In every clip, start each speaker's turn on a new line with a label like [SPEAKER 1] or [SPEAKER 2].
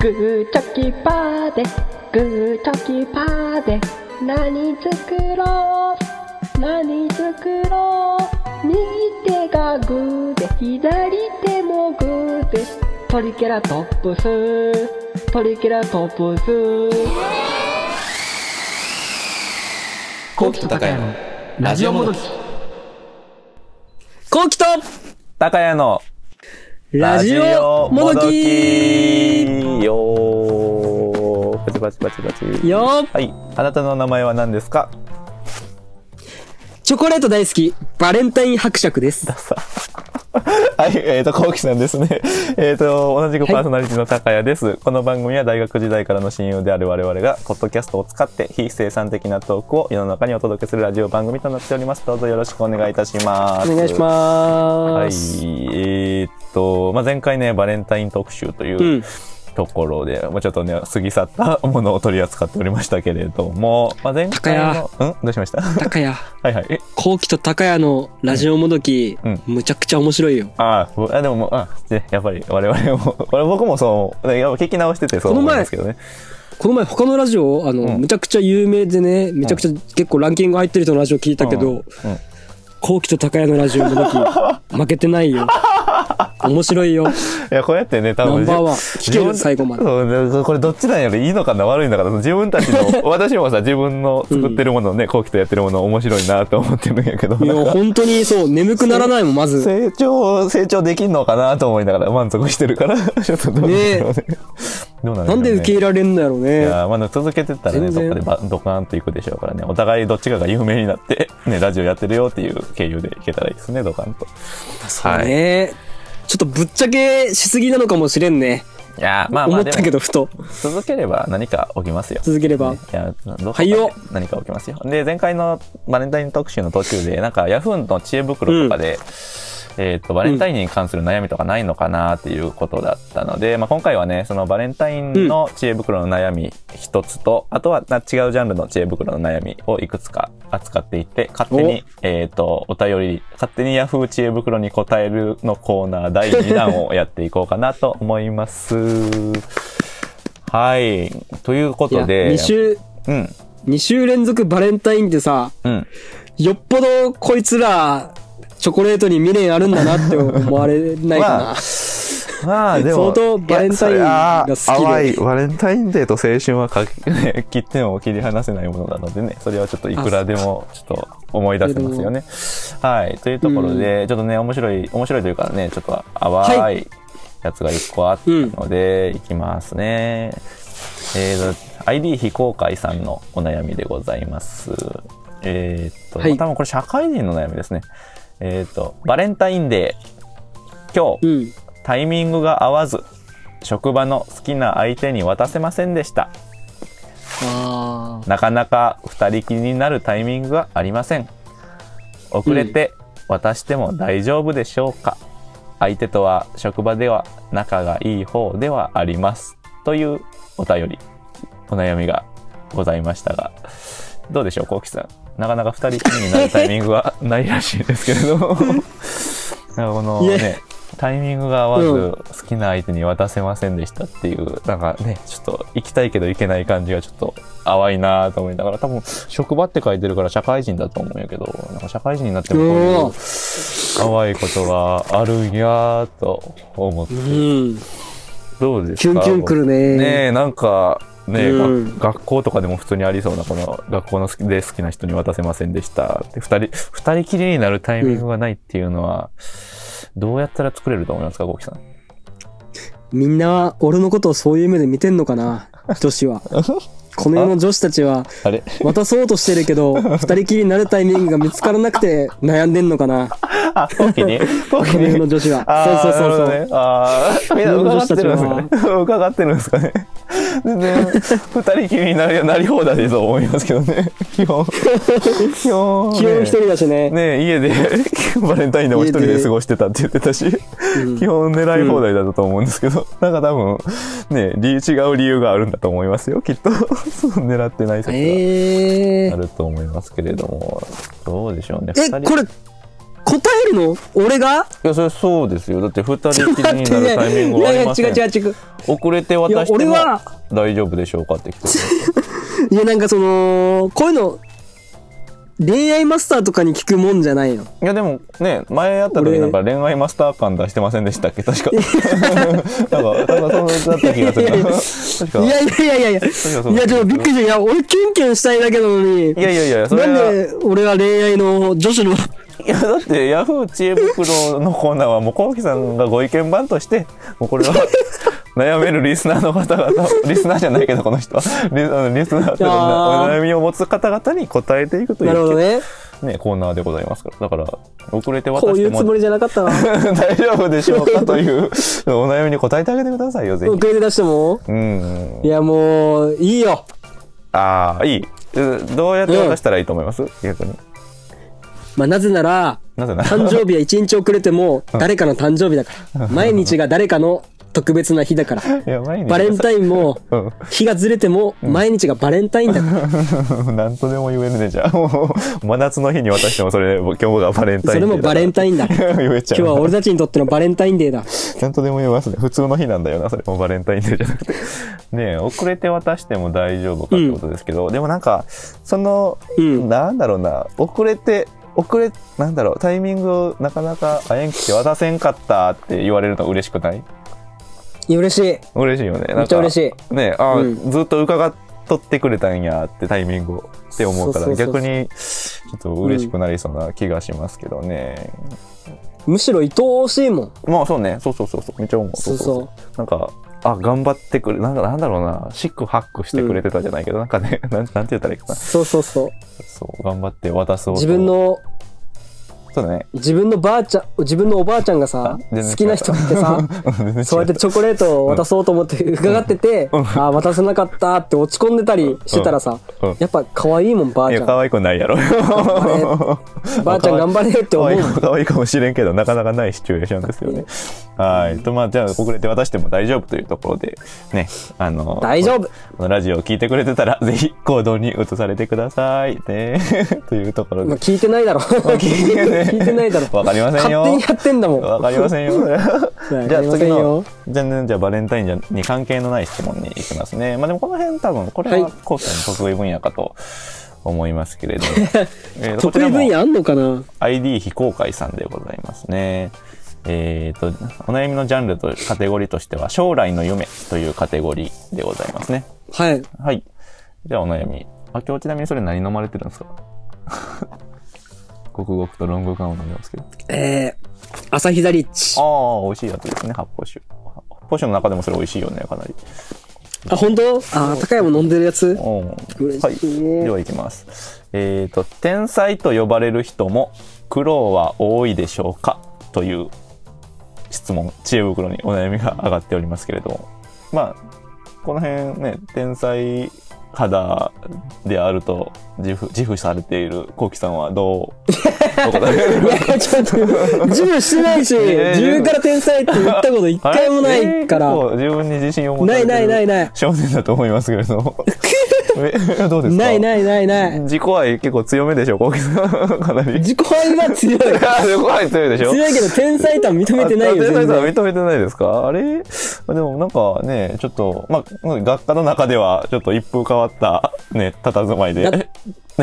[SPEAKER 1] グーチョキパーでグーチョキパーで何作ろう何作ろう右手がグーで左手もグーでトリケラトップストリケラトップス
[SPEAKER 2] 高木と高谷のラジオもどき。
[SPEAKER 3] コウキと
[SPEAKER 2] 高谷の
[SPEAKER 3] ラジオもどき
[SPEAKER 2] よー。パチパチパチパチ。
[SPEAKER 3] よ
[SPEAKER 2] はい。あなたの名前は何ですか
[SPEAKER 3] チョコレート大好き、バレンタイン伯爵です。
[SPEAKER 2] はい、えっ、と、コウキさんですね。 えっ、と、同じくパーソナリティの高谷です、この番組は大学時代からの親友である我々が、ポッドキャストを使って非生産的なトークを世の中にお届けするラジオ番組となっております。どうぞよろしくお願いいたします。
[SPEAKER 3] お願いし
[SPEAKER 2] は
[SPEAKER 3] ま
[SPEAKER 2] い、
[SPEAKER 3] す。
[SPEAKER 2] えーっと、まあ、前回ね、バレンタイン特集という、
[SPEAKER 3] うん
[SPEAKER 2] ところで、もうちょっとね、過ぎ去ったものを取り扱っておりましたけれども、まあ、前回の、うんどうしましたは
[SPEAKER 3] 高谷、
[SPEAKER 2] いはい。え、
[SPEAKER 3] コウキと高谷のラジオもどき、
[SPEAKER 2] うん
[SPEAKER 3] むちゃくちゃ面白いよ。
[SPEAKER 2] ああ、あでももう、あ、ねやっぱり我々も、俺僕もそう、ねやっぱ聞き直しててそう思
[SPEAKER 3] この
[SPEAKER 2] うん
[SPEAKER 3] 前
[SPEAKER 2] ですけどね。
[SPEAKER 3] この前他のラジオ、あの、むちゃくちゃ有名でね、めちゃくちゃ結構ランキング入ってる人のラジオ聞いたけど、コウキと高谷のラジオもど き、負けてないよ。面白いよ。
[SPEAKER 2] いや、こうやってね、多分。
[SPEAKER 3] ナンバーワン
[SPEAKER 2] 自
[SPEAKER 3] 聞ける
[SPEAKER 2] 自分
[SPEAKER 3] 最後まで
[SPEAKER 2] そうでこれどっちなんやろいいのかな悪いのかな自分たちの、私もさ、自分の作ってるものをね、後期とやってるもの面白いなと思ってるんやけど。
[SPEAKER 3] いや、本当にそう、眠くならないもん、ま ず。
[SPEAKER 2] 成長、成長できんのかなと思いながら満足してるから、 ちょっとどうなんだろうね。どうなんだ
[SPEAKER 3] な
[SPEAKER 2] ろうね
[SPEAKER 3] んで受け入れられんのやろう
[SPEAKER 2] い
[SPEAKER 3] ね。
[SPEAKER 2] やーまだ続けてったらね、
[SPEAKER 3] 全
[SPEAKER 2] どっ
[SPEAKER 3] 然
[SPEAKER 2] かでばドカーンと行くでしょうからね、お互いどっちかが有名になって、ね、ラジオやってるよっていう経由でいけたらいいですね、ドカーンと。はい。い
[SPEAKER 3] ねちょっとぶっちゃけしすぎなのかもしれんね。
[SPEAKER 2] やーまあ
[SPEAKER 3] 思
[SPEAKER 2] まあ、
[SPEAKER 3] っ
[SPEAKER 2] で
[SPEAKER 3] たけ
[SPEAKER 2] も
[SPEAKER 3] ど、ふと。
[SPEAKER 2] 続ければ何か起きますよ。
[SPEAKER 3] 続ければ
[SPEAKER 2] ねいや、どこ
[SPEAKER 3] は
[SPEAKER 2] か
[SPEAKER 3] い
[SPEAKER 2] で
[SPEAKER 3] よ
[SPEAKER 2] 何か起きますよ。で、前回のバレンタイン特集の途中で、なんかヤフーの知恵袋とかで、えっと、バレンタインに関する悩みとかないのかなっていうことだったので、まあ今回はね、そのバレンタインの知恵袋の悩み一つと、あとはな違うジャンルの知恵袋の悩みをいくつか扱っていって、勝手に、えっと、お便り、勝手にヤフー知恵袋に答えるのコーナー第2弾をやっていこうかなと思います。はい。というこ
[SPEAKER 3] い
[SPEAKER 2] と
[SPEAKER 3] や、
[SPEAKER 2] で。
[SPEAKER 3] 2週、
[SPEAKER 2] うん。
[SPEAKER 3] 二週連続バレンタインってさ、
[SPEAKER 2] うん。
[SPEAKER 3] よっぽどこいつら、チョコレートに未練あるんだなって思われないかな。
[SPEAKER 2] まあまあで
[SPEAKER 3] 相当バレンタインが好きで
[SPEAKER 2] いやそれは淡いバレンタインデーと青春はかけ、ね、切っても切り離せないものなのでね、それはちょっといくらでもちょっと思い出せますよね。はい。というところで、ちょっとね、面白い、面白いというかね、ちょっと
[SPEAKER 3] は
[SPEAKER 2] 淡いやつが一個あったので、いきますね。えーと、ID 非公開さんのお悩みでございます。えーっと、
[SPEAKER 3] はい
[SPEAKER 2] 多分これ社会人の悩みですね。えーっと、バレンタインデー。今日、
[SPEAKER 3] うん。
[SPEAKER 2] タイミングが合わず、職場の好きな相手に渡せませんでした。
[SPEAKER 3] あ
[SPEAKER 2] なかなか二人きりになるタイミングがありません。遅れて渡しても大丈夫でしょうか、相手とは職場では仲がいい方ではあります。というお便り、お悩みがございましたが、どうでしょう、こうきさん。なかなか二人きりになるタイミングはないらしいですけれ ども。なんかこの
[SPEAKER 3] いえ
[SPEAKER 2] ね、タイミングが合わ
[SPEAKER 3] う
[SPEAKER 2] ず好きな相手に渡せませんでしたっていう、なんかねちょっと行きたいけど行けない感じがちょっと淡いなぁと思いながら多分職場って書いてるから社会人だと思うんやけどなんか社会人になってもこういう
[SPEAKER 3] お
[SPEAKER 2] 淡いことがあるんやーと思って
[SPEAKER 3] あ。うん。
[SPEAKER 2] どうですか
[SPEAKER 3] キュンキュンくるね
[SPEAKER 2] ねえなんかね、
[SPEAKER 3] うん
[SPEAKER 2] が学校とかでも普通にありそうなこの学校の好きで好きな人に渡せませんでしたって2人二人きりになるタイミングがないっていうのは、どうやったら作れると思いますか、ゴキ さん。
[SPEAKER 3] みんな、俺のことをそういう目で見てんのかな、女子は。この世の女子たちは、
[SPEAKER 2] あれ
[SPEAKER 3] 渡そうとしてるけど、二人きりになるタイミングが見つからなくて悩んでんのかな、
[SPEAKER 2] あ、後 期に後
[SPEAKER 3] こ
[SPEAKER 2] 期
[SPEAKER 3] の世の
[SPEAKER 2] に。
[SPEAKER 3] 女子は。
[SPEAKER 2] あ
[SPEAKER 3] そうそうそうそう。
[SPEAKER 2] う。ああ、み んな伺ってるんですかね。 伺ってるんですかね。全然、二人きりになりなり放題でと思いますけどね。基本。基本、ね。
[SPEAKER 3] 基本一人だしね。
[SPEAKER 2] ね家で バレンタインでも一人
[SPEAKER 3] 家で
[SPEAKER 2] で過ごしてたって言ってたし、基本狙い放題だったと思うんですけど、なんか多分ね理違う理由があるんだと思いますよきっと そう狙ってない説が
[SPEAKER 3] ええ
[SPEAKER 2] あると思いますけれどもどうでしょうね
[SPEAKER 3] え、
[SPEAKER 2] 二人
[SPEAKER 3] これ、コ答えるの俺が
[SPEAKER 2] いやそれそうですよだって二人
[SPEAKER 3] ちょっと
[SPEAKER 2] き
[SPEAKER 3] 待
[SPEAKER 2] り
[SPEAKER 3] っ
[SPEAKER 2] に
[SPEAKER 3] て
[SPEAKER 2] なる
[SPEAKER 3] ね
[SPEAKER 2] タイミング
[SPEAKER 3] い
[SPEAKER 2] はあ
[SPEAKER 3] やいや
[SPEAKER 2] りま
[SPEAKER 3] 違
[SPEAKER 2] せ
[SPEAKER 3] うん違う違う
[SPEAKER 2] 遅れて渡して
[SPEAKER 3] いや俺
[SPEAKER 2] も
[SPEAKER 3] は
[SPEAKER 2] 大丈夫でしょうかって聞く
[SPEAKER 3] いやなんかそのこういうの恋愛マスターとかに聞くもんじゃないの
[SPEAKER 2] いやでもね前会った時
[SPEAKER 3] 俺
[SPEAKER 2] なんか恋愛マスター感出してませんでしたっけ確かなんかなんかそうだった気がするな確か
[SPEAKER 3] いやいやいやいやいや
[SPEAKER 2] そうそう
[SPEAKER 3] いやちょっとびっくりしたいや俺キュンキュンしたいだけなのに
[SPEAKER 2] いやいやいやそれは
[SPEAKER 3] なんで俺は恋愛の女子の
[SPEAKER 2] いやだってヤフー知恵袋のコーナーはもうコウキさんがご意見番としても うこれは悩めるリスナーの方々リスナーじゃないけどこの人はリスあのリスナーというかお
[SPEAKER 3] あー
[SPEAKER 2] 悩みを持つ方々に答えていくとい
[SPEAKER 3] なるほど
[SPEAKER 2] う、
[SPEAKER 3] ね
[SPEAKER 2] ね、コーナーでございますからだから遅れて
[SPEAKER 3] こ
[SPEAKER 2] 渡
[SPEAKER 3] う
[SPEAKER 2] し
[SPEAKER 3] い
[SPEAKER 2] て
[SPEAKER 3] う
[SPEAKER 2] も
[SPEAKER 3] つもりじゃなかったな
[SPEAKER 2] 大丈夫でしょうかという お悩みに答えてあげてくださいよぜ
[SPEAKER 3] 遅
[SPEAKER 2] ひ。
[SPEAKER 3] れて出しても
[SPEAKER 2] うん
[SPEAKER 3] いやもういいよ
[SPEAKER 2] ああいいうどうやって渡したらいいと思います、逆に
[SPEAKER 3] まあなぜなら
[SPEAKER 2] なぜな
[SPEAKER 3] 誕生日は一日遅れても誰かの誕生日だから毎日が誰かの特別な日だから
[SPEAKER 2] いや毎日
[SPEAKER 3] バレンタインも
[SPEAKER 2] うん
[SPEAKER 3] 日がずれても毎日がバレンタインだから
[SPEAKER 2] なんとでも言えるねじゃあもう真夏の日に渡してもそれ今日がバレン
[SPEAKER 3] そ
[SPEAKER 2] タイ
[SPEAKER 3] れ
[SPEAKER 2] ンデーだ
[SPEAKER 3] もバレンタインだ今
[SPEAKER 2] 言えちゃう
[SPEAKER 3] 日は俺たちにとってのバレンタインデーだ
[SPEAKER 2] なんとでも言えますね普通の日なんだよなそれもバレンタインデーじ ゃなくてねえ遅れて渡しても大丈夫かってことですけど、でもなんかその、
[SPEAKER 3] うん
[SPEAKER 2] なんだろうな遅れて遅れなんだろうタイミングをなかなかあえんきて渡せんかったって言われるの嬉しくない
[SPEAKER 3] いや嬉しい
[SPEAKER 2] 嬉しいよね。
[SPEAKER 3] めっちゃ嬉し
[SPEAKER 2] い。ねあ、
[SPEAKER 3] うん
[SPEAKER 2] ずっと伺っとってくれたんやってタイミングをって思うから
[SPEAKER 3] そうそうそう
[SPEAKER 2] 逆
[SPEAKER 3] そう
[SPEAKER 2] にちょっと嬉しくなりそうな気がしますけどね。
[SPEAKER 3] むしろ愛おしいもん
[SPEAKER 2] まあそうね、そうそうそうそう、めっちゃ思う。
[SPEAKER 3] そうそう
[SPEAKER 2] なんか。あ頑張ってくれなんかなんだろうなシックハックしてくれてたじゃないけど、なんかね なんなんて言ったらいいかな
[SPEAKER 3] そうそうそう
[SPEAKER 2] そう頑張って渡そうと
[SPEAKER 3] 自分の
[SPEAKER 2] そうだね
[SPEAKER 3] 自分のばあちゃん自分のおばあちゃんがさ
[SPEAKER 2] 全然違う
[SPEAKER 3] 好きな人ってさ
[SPEAKER 2] 全然違
[SPEAKER 3] そうやってチョコレートを渡そうと思って伺ってて、あー渡せなかったって落ち込んでたりしてたらさ、
[SPEAKER 2] うんうん
[SPEAKER 3] やっぱ可愛いもんばあ
[SPEAKER 2] い
[SPEAKER 3] ちゃ
[SPEAKER 2] や
[SPEAKER 3] ん
[SPEAKER 2] 可愛くないやろ
[SPEAKER 3] 張 ばあちゃん頑張れって
[SPEAKER 2] 可
[SPEAKER 3] 思う
[SPEAKER 2] 愛い可愛いかもしれんけどなかなかないシチュエーションですよね。はい。とまあじゃあ遅れて渡しても大丈夫というところでねあの
[SPEAKER 3] 大丈夫
[SPEAKER 2] このラジオを聞いてくれてたらぜひ行動に移されてください ねというところ
[SPEAKER 3] まあ
[SPEAKER 2] で。
[SPEAKER 3] 聞いてないだろ 聞いてないだろ
[SPEAKER 2] わかりませんよ。
[SPEAKER 3] 勝手にやってんだもん
[SPEAKER 2] わかりませんよ。それは
[SPEAKER 3] わ
[SPEAKER 2] じゃ
[SPEAKER 3] か
[SPEAKER 2] あ
[SPEAKER 3] りま
[SPEAKER 2] 次
[SPEAKER 3] せん
[SPEAKER 2] の
[SPEAKER 3] よ
[SPEAKER 2] 全然じゃあバレンタインじゃに関係のない質問に行きますね。まあでもこの辺多分これ
[SPEAKER 3] は
[SPEAKER 2] はいコウさんの得意分野かと思いますけれど。 えーこち
[SPEAKER 3] 得
[SPEAKER 2] ら
[SPEAKER 3] 意
[SPEAKER 2] も
[SPEAKER 3] 分野あんのかな
[SPEAKER 2] ID 非公開さんでございますね。えっ、と、お悩みのジャンルとカテゴリーとしては、将来の夢というカテゴリーでございますね。
[SPEAKER 3] はい
[SPEAKER 2] はい。じゃあお悩み。あ、今日ちなみにそれ何飲まれてるんですか ごくごくとロング缶を飲んでますけど。
[SPEAKER 3] えー、朝日ザリッチ
[SPEAKER 2] ああ、美味しいやつですね、発泡酒。発泡酒の中でもそれ美味しいよね、かなり。
[SPEAKER 3] あ本当あー高山飲んでるやつ
[SPEAKER 2] うん。は
[SPEAKER 3] 嬉しい
[SPEAKER 2] い。
[SPEAKER 3] ね
[SPEAKER 2] では行きます。えっ、と、天才と呼ばれる人も苦労は多いでしょうかという質問、知恵袋にお悩みが上がっておりますけれども。まあ、この辺ね、天才肌であると自負、自負されているコウキさんはどうお答え
[SPEAKER 3] いやちょっと自分してないし
[SPEAKER 2] や
[SPEAKER 3] 自分から天才って言ったこと 一回もないか
[SPEAKER 2] あ
[SPEAKER 3] ら
[SPEAKER 2] れえー結構自分に自信を持た
[SPEAKER 3] な
[SPEAKER 2] れ
[SPEAKER 3] い
[SPEAKER 2] て
[SPEAKER 3] ないない
[SPEAKER 2] い
[SPEAKER 3] ない
[SPEAKER 2] 少年だと思いますけれどもえどうですか
[SPEAKER 3] ないないないない
[SPEAKER 2] 自己愛結構強めでしょ、コウキさん。かなり。
[SPEAKER 3] 自己愛は強い
[SPEAKER 2] 自己愛強いでしょ
[SPEAKER 3] 強いけど天才感認めてないよ
[SPEAKER 2] あ天
[SPEAKER 3] 全
[SPEAKER 2] 才さん
[SPEAKER 3] 然
[SPEAKER 2] は認めてないですかあれでもなんかね、ちょっと、まあ、学科の中では、ちょっと一風変わった、ね、佇まいで。
[SPEAKER 3] だ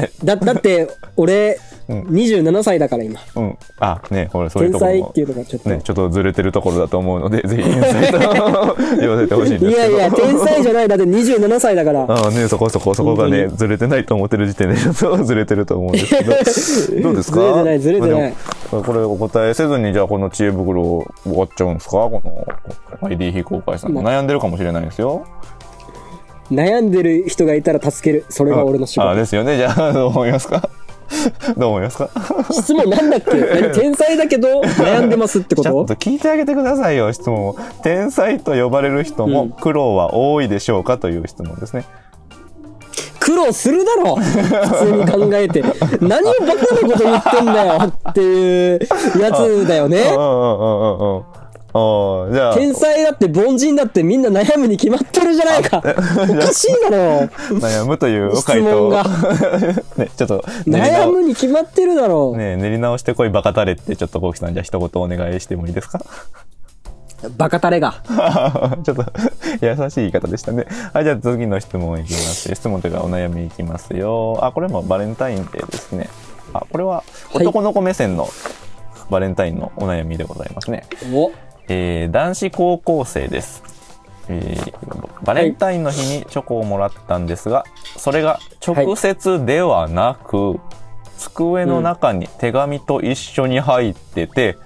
[SPEAKER 2] ね、
[SPEAKER 3] だだって俺
[SPEAKER 2] うん
[SPEAKER 3] 27歳だから今
[SPEAKER 2] うん。あ、ね、ほら、そういう
[SPEAKER 3] 天
[SPEAKER 2] ところ
[SPEAKER 3] 才っ
[SPEAKER 2] も
[SPEAKER 3] て。いうのがちょっと、
[SPEAKER 2] ね、ちょっとずれてるところだと思うので、ぜひ、天才と 言わせてほしいんですけど。
[SPEAKER 3] いやいや天才じゃないだって27歳だから
[SPEAKER 2] ああね、そこそこそこがね、
[SPEAKER 3] 本
[SPEAKER 2] ずれてないと思ってる時点で、 ちょっとずれてると思うんで すけど、どうですか
[SPEAKER 3] ずれてないずれてない
[SPEAKER 2] まあでもこれお答えせずに、じゃあこの知恵袋を終わっちゃうんですかこの ID 非公開さん。
[SPEAKER 3] まあ
[SPEAKER 2] 悩んでるかもしれないですよ。
[SPEAKER 3] 悩んでる人がいたら助けるそれが俺の仕
[SPEAKER 2] ああ
[SPEAKER 3] 事
[SPEAKER 2] ですよね。じゃあ、 どう思いますかどう思いますか
[SPEAKER 3] 質問なんだっ け何天才だけど悩んでますってこ
[SPEAKER 2] ちょっ
[SPEAKER 3] と
[SPEAKER 2] と聞いてあげてくださいよ、質問を。天才と呼ばれる人も苦労は多いでしょうかという質問ですね。
[SPEAKER 3] 苦労するだろ普通に考えて何をバカなこと言ってんだよっていうやつだよね
[SPEAKER 2] うんうんうんうんうん。おーじゃあ、
[SPEAKER 3] 天才だって凡人だってみんな悩むに決まってるじゃないか。おかしいだ ろ。
[SPEAKER 2] 悩むという回答を ね、ちょっと練り
[SPEAKER 3] 悩
[SPEAKER 2] 直、
[SPEAKER 3] むに決まってるだろ。
[SPEAKER 2] ね、練り直してこいバカタレって、ちょっとコウキさん、じゃあ一言お願いしてもいいですか
[SPEAKER 3] バカタレが。
[SPEAKER 2] ちょっと 優しい言い方でしたね。はい、じゃあ次の質問いきます。質問というかお悩みいきますよ。あ、これもバレンタインデーですね。あ、これは
[SPEAKER 3] はい
[SPEAKER 2] 男の子目線のバレンタインのお悩みでございますね。
[SPEAKER 3] お
[SPEAKER 2] えー男子高校生です、えーバレンタインの日にチョコをもらったんですが、それが直接ではなく、机の中に手紙と一緒に入ってて、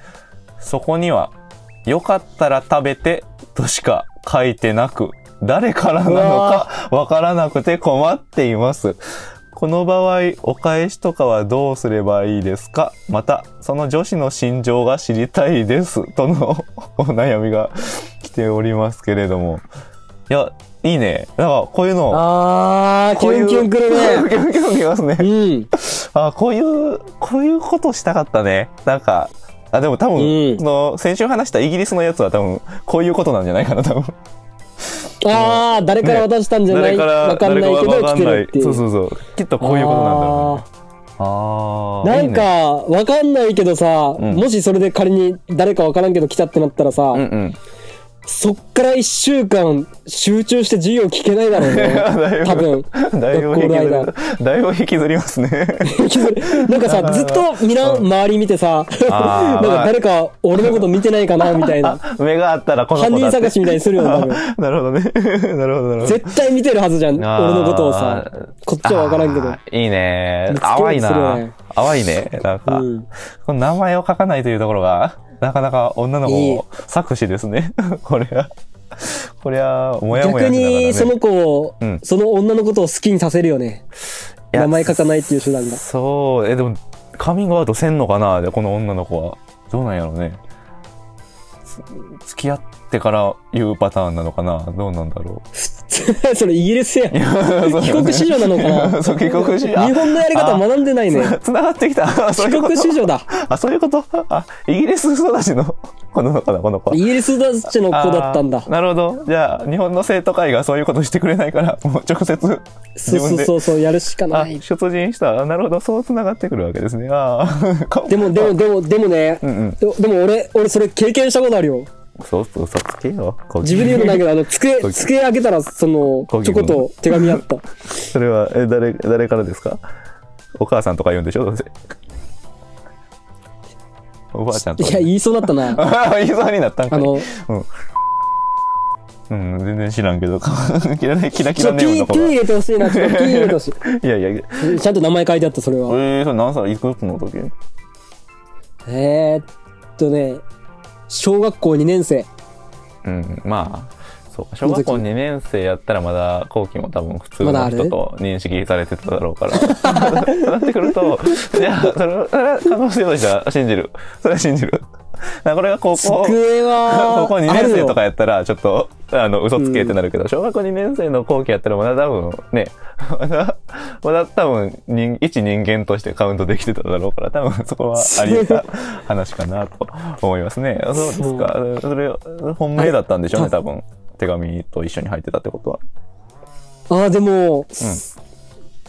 [SPEAKER 2] そこには「よかったら食べて」としか書いてなく誰からなの
[SPEAKER 3] うわ
[SPEAKER 2] かわからなくて困っています。この場合、お返しとかはどうすればいいですかまた、その女子の心情が知りたいです。との お悩みが来ておりますけれども。いや、いいね。なんか、こういうの、
[SPEAKER 3] あー、キ
[SPEAKER 2] こうい
[SPEAKER 3] ュ
[SPEAKER 2] う
[SPEAKER 3] ンキュンくるね。
[SPEAKER 2] キュンキュンきますね
[SPEAKER 3] う。ん。
[SPEAKER 2] あ、こういう、こういうことしたかったね。なんか、あ、でも多分、
[SPEAKER 3] うん
[SPEAKER 2] その、先週話したイギリスのやつは多分、こういうことなんじゃないかな、多分。
[SPEAKER 3] あー、誰から渡したんじゃな
[SPEAKER 2] 誰
[SPEAKER 3] い
[SPEAKER 2] から、
[SPEAKER 3] わかん
[SPEAKER 2] 誰
[SPEAKER 3] ないけ
[SPEAKER 2] わ
[SPEAKER 3] ど
[SPEAKER 2] か
[SPEAKER 3] 来
[SPEAKER 2] ん
[SPEAKER 3] て
[SPEAKER 2] な
[SPEAKER 3] る
[SPEAKER 2] い
[SPEAKER 3] って。。
[SPEAKER 2] そうそうそう。きっとこういうことなんだろうね。あー
[SPEAKER 3] ない
[SPEAKER 2] い
[SPEAKER 3] ん
[SPEAKER 2] ね
[SPEAKER 3] か、わかんないけどさ、
[SPEAKER 2] ん
[SPEAKER 3] もしそれで仮に誰かわからんけど来たってなったらさ、
[SPEAKER 2] うんうん。
[SPEAKER 3] そっから一週間集中して授業聞けないだ ろうね。多分。
[SPEAKER 2] だいぶ
[SPEAKER 3] 学校
[SPEAKER 2] 引
[SPEAKER 3] の
[SPEAKER 2] きず
[SPEAKER 3] 間
[SPEAKER 2] るだいぶ引きずりますね
[SPEAKER 3] なんかさ、ずっと見らん、周り見てさ、 な
[SPEAKER 2] あ
[SPEAKER 3] ん
[SPEAKER 2] ー
[SPEAKER 3] か誰か俺のこと見てないかな、みたい な。
[SPEAKER 2] 目があったらこの子
[SPEAKER 3] 犯
[SPEAKER 2] だって
[SPEAKER 3] 人探しみたいにするよね、多分。
[SPEAKER 2] あ なるほどねなるほどなるほど
[SPEAKER 3] 絶対見てるはずじゃん、俺
[SPEAKER 2] あー
[SPEAKER 3] のことをさ。こっちはわからんけど
[SPEAKER 2] あ。ーいいね
[SPEAKER 3] 見つけようと
[SPEAKER 2] 淡い
[SPEAKER 3] するよね
[SPEAKER 2] な淡いねなんか、
[SPEAKER 3] うん
[SPEAKER 2] この名前を書かないというところがなかなか女の
[SPEAKER 3] いい
[SPEAKER 2] 子作詞ですね これはこれはもやもや
[SPEAKER 3] 逆
[SPEAKER 2] しながらね
[SPEAKER 3] に、その子を
[SPEAKER 2] うん、
[SPEAKER 3] その女のことを好きにさせるよね。
[SPEAKER 2] いや
[SPEAKER 3] 名前書かないっていう手段が。
[SPEAKER 2] そうえでもカミングアウトせんのかなでこの女の子はどうなんやろうねつ付き合ってから言うパターンなのかなどうなんだろ
[SPEAKER 3] それイギリスやん。
[SPEAKER 2] う
[SPEAKER 3] 帰国子女なのかな
[SPEAKER 2] そう帰国子女
[SPEAKER 3] 日本のやり方学んでないね。
[SPEAKER 2] つながって きたそう
[SPEAKER 3] 帰
[SPEAKER 2] いうこと
[SPEAKER 3] 国子女だ。
[SPEAKER 2] あそういうことあイギリス育ちの この子だこの子
[SPEAKER 3] イギリス育ちの子だったんだ
[SPEAKER 2] あー。なるほどじゃあ日本の生徒会がそういうことしてくれないから もう直接
[SPEAKER 3] そう
[SPEAKER 2] 自
[SPEAKER 3] そ
[SPEAKER 2] 分
[SPEAKER 3] う
[SPEAKER 2] で
[SPEAKER 3] そうそう、やるしか
[SPEAKER 2] あ
[SPEAKER 3] ない。
[SPEAKER 2] 出陣したあなるほどそうつながってくるわけですねあー か
[SPEAKER 3] でも、でも、でも、でもね、
[SPEAKER 2] うんうん
[SPEAKER 3] でもでも俺、俺それ経験したことあるよ。
[SPEAKER 2] そうそう嘘つけよこう
[SPEAKER 3] 自分で言うのないけど、あの、机、机開けたら、その、
[SPEAKER 2] コー
[SPEAKER 3] ち
[SPEAKER 2] ギ
[SPEAKER 3] ょ
[SPEAKER 2] ー
[SPEAKER 3] こ
[SPEAKER 2] 君
[SPEAKER 3] っと手紙あった。
[SPEAKER 2] それはえ誰誰からですかお母さんとか言うんでしょどうせおばあちゃんと
[SPEAKER 3] い
[SPEAKER 2] か
[SPEAKER 3] や、言いそうだったな。
[SPEAKER 2] あ あ言いそうになったんか
[SPEAKER 3] あ
[SPEAKER 2] い
[SPEAKER 3] の、
[SPEAKER 2] うん、うん、全然知らんけど キラキラキ
[SPEAKER 3] ちょ
[SPEAKER 2] ラ
[SPEAKER 3] っと
[SPEAKER 2] ネー
[SPEAKER 3] P、
[SPEAKER 2] ムの
[SPEAKER 3] P
[SPEAKER 2] 子が
[SPEAKER 3] 入
[SPEAKER 2] い
[SPEAKER 3] れてほしいな、ちょ っと P 入れてほしい。
[SPEAKER 2] やいやえ
[SPEAKER 3] ちゃんと名前書いてあった、それは。
[SPEAKER 2] ー、それ何歳いくつの時
[SPEAKER 3] えー、っとね、小学校2年生。
[SPEAKER 2] うんまあそうか小学校2年生やったらまだ後期も多分普通
[SPEAKER 3] まだあ
[SPEAKER 2] の
[SPEAKER 3] る
[SPEAKER 2] 人と認識されてただろうからそうなってくるといやそれはそれは可能性としては信じるそれは信じる だからこれが高校
[SPEAKER 3] 机は、
[SPEAKER 2] 高校2
[SPEAKER 3] あ
[SPEAKER 2] 年
[SPEAKER 3] る
[SPEAKER 2] 生
[SPEAKER 3] よ
[SPEAKER 2] とかやったらちょっとあの嘘つけってなるけど、小学校2年生の後期やったらまだ多分ね まだまだ多分人一人間としてカウントできてただろうから多分そこはあり得た話かなと思います ねそうですかそれ本命だったんでしょうね多分手紙と一緒に入ってたってことは
[SPEAKER 3] ああ、でも、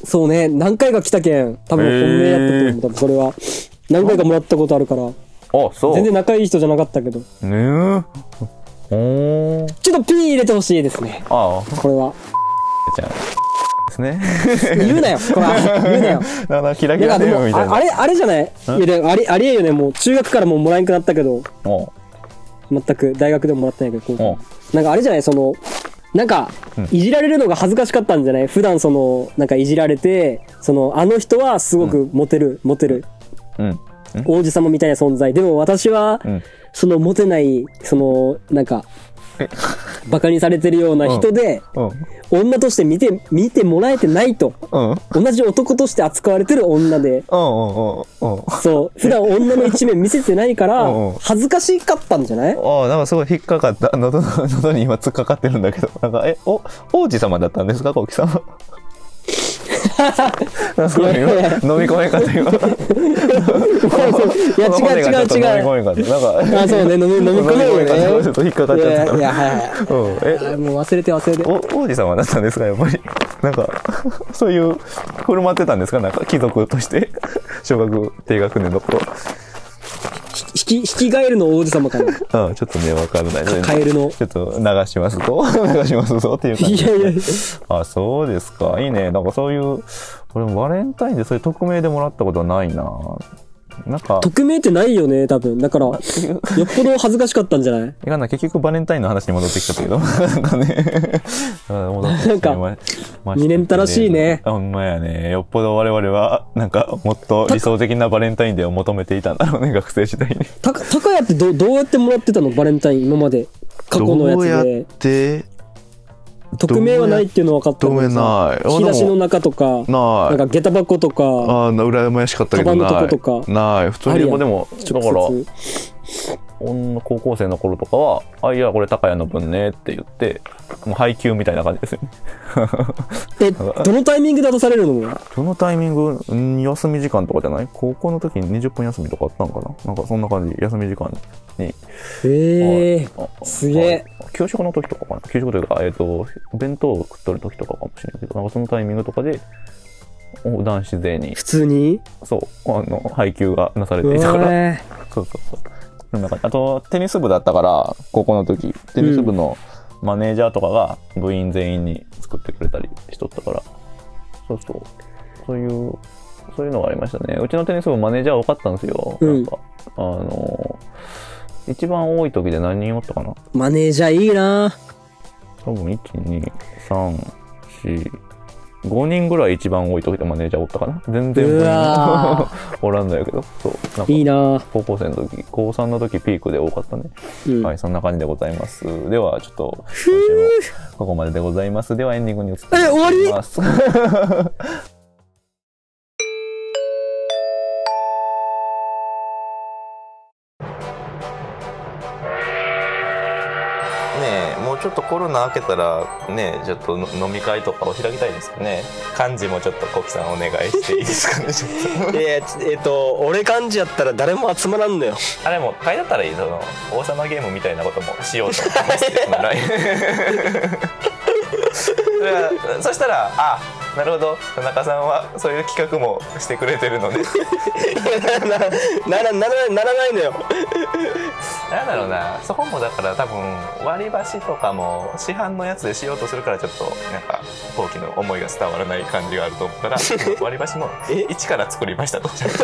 [SPEAKER 3] そうね、何回か来たけん、多分本命やったと思う、多分それは。何回かもらったことあるから、
[SPEAKER 2] あそう
[SPEAKER 3] 全
[SPEAKER 2] ね
[SPEAKER 3] 然仲いい人じゃなかったけど、
[SPEAKER 2] えおー
[SPEAKER 3] ちょっと P 入れてほしいですね、
[SPEAKER 2] ああ
[SPEAKER 3] これは。
[SPEAKER 2] ちゃんですね
[SPEAKER 3] 言うな よ、これは。言うなよ。
[SPEAKER 2] なんかキラキ
[SPEAKER 3] だから
[SPEAKER 2] ラ
[SPEAKER 3] で
[SPEAKER 2] ネー
[SPEAKER 3] も
[SPEAKER 2] ムみたい
[SPEAKER 3] あ、あ
[SPEAKER 2] な
[SPEAKER 3] れ、あれじゃないいや、でもあり、ありえよね、もう中学からもうもらえんくなったけど、
[SPEAKER 2] おう
[SPEAKER 3] 全く大学でももらってないけど、
[SPEAKER 2] お
[SPEAKER 3] 高
[SPEAKER 2] う
[SPEAKER 3] 校なんかあれじゃないその、なんか、いじられるのが恥ずかしかったんじゃない普段その、なんかいじられて、その、あの人はすごくモテる、モテる。
[SPEAKER 2] うん
[SPEAKER 3] 王子様みたいな存在でも私は、
[SPEAKER 2] ん
[SPEAKER 3] そのモテないそのなんかバカにされてるような人で、
[SPEAKER 2] う
[SPEAKER 3] 女として見て見てもらえてないと
[SPEAKER 2] んうん
[SPEAKER 3] 同じ男として扱われてる女で
[SPEAKER 2] うんうんうんうん
[SPEAKER 3] そう普段女の一面見せてないから
[SPEAKER 2] うんうん
[SPEAKER 3] 恥ずかしかったんじゃない
[SPEAKER 2] ああ、なんかすごい引っかかった。喉の、喉に今突っかかってるんだけど。なんか、え、お、王子様だったんですか、コウキさんは。なんかすごい今飲み込め方今。
[SPEAKER 3] そうそういや違う違う違う。
[SPEAKER 2] 飲み込みがなんか
[SPEAKER 3] あそうね飲み飲み込めるよ
[SPEAKER 2] ちょ
[SPEAKER 3] ね
[SPEAKER 2] っ。と引っかかっ
[SPEAKER 3] い
[SPEAKER 2] ちゃっ
[SPEAKER 3] や
[SPEAKER 2] た
[SPEAKER 3] いやはい
[SPEAKER 2] うんえ
[SPEAKER 3] はい。もう忘れて忘れて。
[SPEAKER 2] お王子様だったんですかやっぱりなんかそういう振る舞ってたんですかなんか貴族として小学低学年の頃
[SPEAKER 3] 引き引きガエルの王子様かな。
[SPEAKER 2] うんちょっとねわからない
[SPEAKER 3] カエルの。
[SPEAKER 2] ちょっと流しますと 流しますぞっていう感
[SPEAKER 3] い
[SPEAKER 2] じ
[SPEAKER 3] やいや。
[SPEAKER 2] あそうですかいいねなんかそういう俺もバレンタインでそういう匿名でもらったことはないななんか
[SPEAKER 3] 匿名ってないよね多分。だからよっぽど恥ずかしかったんじゃない？
[SPEAKER 2] いかんない結局バレンタインの話に戻ってきちゃっ たけどなんかね戻ってきてしまいました
[SPEAKER 3] 未練たらしいね
[SPEAKER 2] あほんまやねよっぽど我々はなんかもっと理想的なバレンタインデーを求めていたんだろ うね学生時代に
[SPEAKER 3] た高谷ってどどうやってもらってたのバレンタイン今まで過去のやつで
[SPEAKER 4] て
[SPEAKER 3] 匿名はないっていうのは分かった
[SPEAKER 4] どうや
[SPEAKER 3] けどさ
[SPEAKER 4] って匿名
[SPEAKER 3] 引
[SPEAKER 4] ないあ
[SPEAKER 3] き出しの中とか
[SPEAKER 4] な
[SPEAKER 3] ないんか下駄箱とか
[SPEAKER 4] ああな羨ましかったけど
[SPEAKER 3] カバ
[SPEAKER 4] な
[SPEAKER 3] ンのとこと
[SPEAKER 4] いない普通
[SPEAKER 3] あ
[SPEAKER 4] に
[SPEAKER 3] るやん
[SPEAKER 2] でもだから
[SPEAKER 3] 直接
[SPEAKER 2] 女高校生の頃とかは「あいやこれ高谷の分ね」って言ってもう配給みたいな感じですよね
[SPEAKER 3] えどのタイミングで出されるの
[SPEAKER 2] どのタイミングん休み時間とかじゃない高校の時に20分休みとかあったんかななんかそんな感じ休み時間に
[SPEAKER 3] へえ
[SPEAKER 2] あ
[SPEAKER 3] すげえ
[SPEAKER 2] あ給食の時とかかな給食というか、えっと弁当を食っとる時とかかもしれないけどなんかそのタイミングとかでお男子勢に
[SPEAKER 3] 普通に
[SPEAKER 2] そうあの配給がなされ
[SPEAKER 3] う
[SPEAKER 2] ていたから
[SPEAKER 3] わー
[SPEAKER 2] そうそうそうそんな感じあとテニス部だったから高校の時テニス部のマネージャーとかが部員全員に作ってくれたりしとったからそうそうそういうそういうのがありましたねうちのテニス部マネージャー多かったんですよ、
[SPEAKER 3] うん
[SPEAKER 2] なんかあの一番多い時で何人おったかな
[SPEAKER 3] マネージャーいいな
[SPEAKER 2] 多分12345人ぐらい一番多い時でマネージャーおったかな全然
[SPEAKER 3] うわ
[SPEAKER 2] おらんのやけどそうなんか
[SPEAKER 3] いいな
[SPEAKER 2] 高校生の時高3の時ピークで多かったね、
[SPEAKER 3] うん
[SPEAKER 2] はいそんな感じでございますではちょっと今週もここまででございますではエンディングに移っていき
[SPEAKER 3] え終わり
[SPEAKER 2] ます ねえもうちょっとコロナ明けたらねちょっと飲み会とかを開きたいですね漢字もちょっとコキさんお願いしていいですかね
[SPEAKER 5] ええっと俺感じやったら誰も集まらんのよ
[SPEAKER 2] あれも買いだったらいいその王様ゲームみたいなこともしようと思ってますそのライン いやそしたらあなるほど田中さんはそういう企画もしてくれてるので
[SPEAKER 5] ならならならならないのよ
[SPEAKER 2] なんだろうなそこもだから多分割り箸とかも市販のやつでしようとするからちょっとなんか後期の思いが伝わらない感じがあると思 ったら割り箸も一から作りましたとちゃんと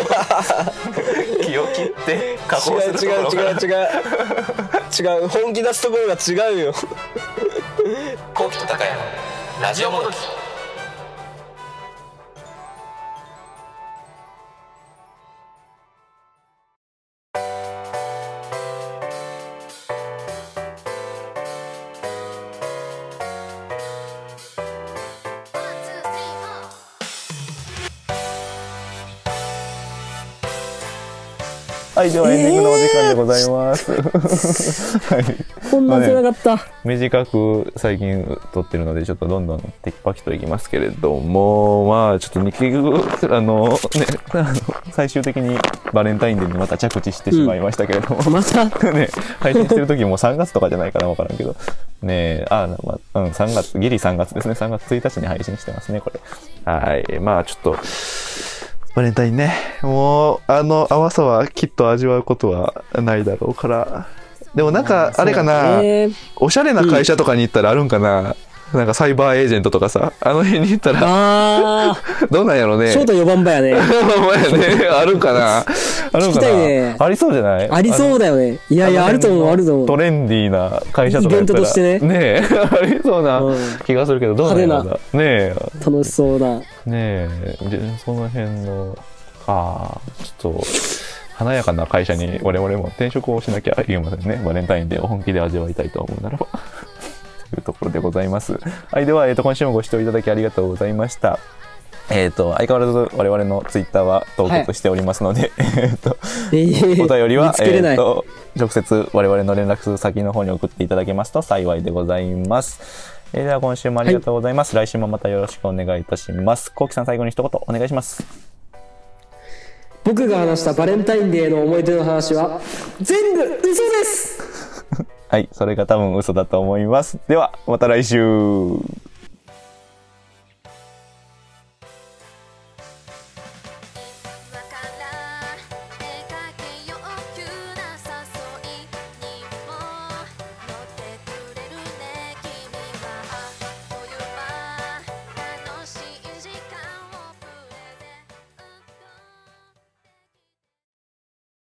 [SPEAKER 2] 気を切って加
[SPEAKER 5] 違う
[SPEAKER 2] 工するとこ
[SPEAKER 5] 違う
[SPEAKER 2] ろか
[SPEAKER 5] 違
[SPEAKER 2] ら
[SPEAKER 5] う違う違う本気出すところが違うよ
[SPEAKER 2] 後期と高山ラジオもどきはい、ではエンディングのお時間でございます。はい。
[SPEAKER 3] こんなんせなかった
[SPEAKER 2] 短く最近撮ってるのでちょっとどんどんテキパキといきますけれどもまあちょっと結局あのねあの最終的にバレンタインデーにまた着地してしまいましたけれども、
[SPEAKER 3] また
[SPEAKER 2] ね配信してる時も3月とかじゃないかな分からんけどねえあ、まあうん、3月ギリ3月ですね3月1日に配信してますねこれはいまあちょっと
[SPEAKER 4] バレンタインねもうあの淡さはきっと味わうことはないだろうからでもなんかあれかな、
[SPEAKER 3] えー
[SPEAKER 4] おしゃれな会社とかに行ったらあるんかな、なんかサイバーエージェントとかさあの辺に行ったら
[SPEAKER 3] ああ
[SPEAKER 4] どうなんやろね
[SPEAKER 3] 翔太4番場や ね
[SPEAKER 4] お前ねあるんかな
[SPEAKER 2] ある ん
[SPEAKER 3] 聞
[SPEAKER 2] か
[SPEAKER 3] き
[SPEAKER 2] な
[SPEAKER 3] たいね
[SPEAKER 2] ありそうじゃない
[SPEAKER 3] ありそうだよねいやいやあると思うあると思
[SPEAKER 2] ト
[SPEAKER 3] う
[SPEAKER 2] レンディーな会社とかやったら
[SPEAKER 3] イベントとしてね
[SPEAKER 2] え ありそうな
[SPEAKER 3] うん
[SPEAKER 2] 気がするけどどうなんやろうなね
[SPEAKER 3] 楽しそうな
[SPEAKER 2] えねえでその辺のああちょっと華やかな会社に我々も転職をしなきゃいけませんねバレンタインデーを本気で味わいたいと思うならば というところでございますはいでは、えー、と今週もご視聴いただきありがとうございましたえっ、と相変わらず我々のツイッターは凍結しておりますので、 えっと
[SPEAKER 3] えー
[SPEAKER 2] お便りは
[SPEAKER 3] 見、つけれ
[SPEAKER 2] え
[SPEAKER 3] な
[SPEAKER 2] ー
[SPEAKER 3] い
[SPEAKER 2] と直接我々の連絡先の方に送っていただけますと幸いでございます。えーでは今週もありがとうございます。来週もまたよろしくお願いいたします。コウキさん最後に一言お願いします。
[SPEAKER 3] 僕が話したバレンタインデーの思い出の話は全部嘘です
[SPEAKER 2] はい、それが多分嘘だと思います。では、また来週。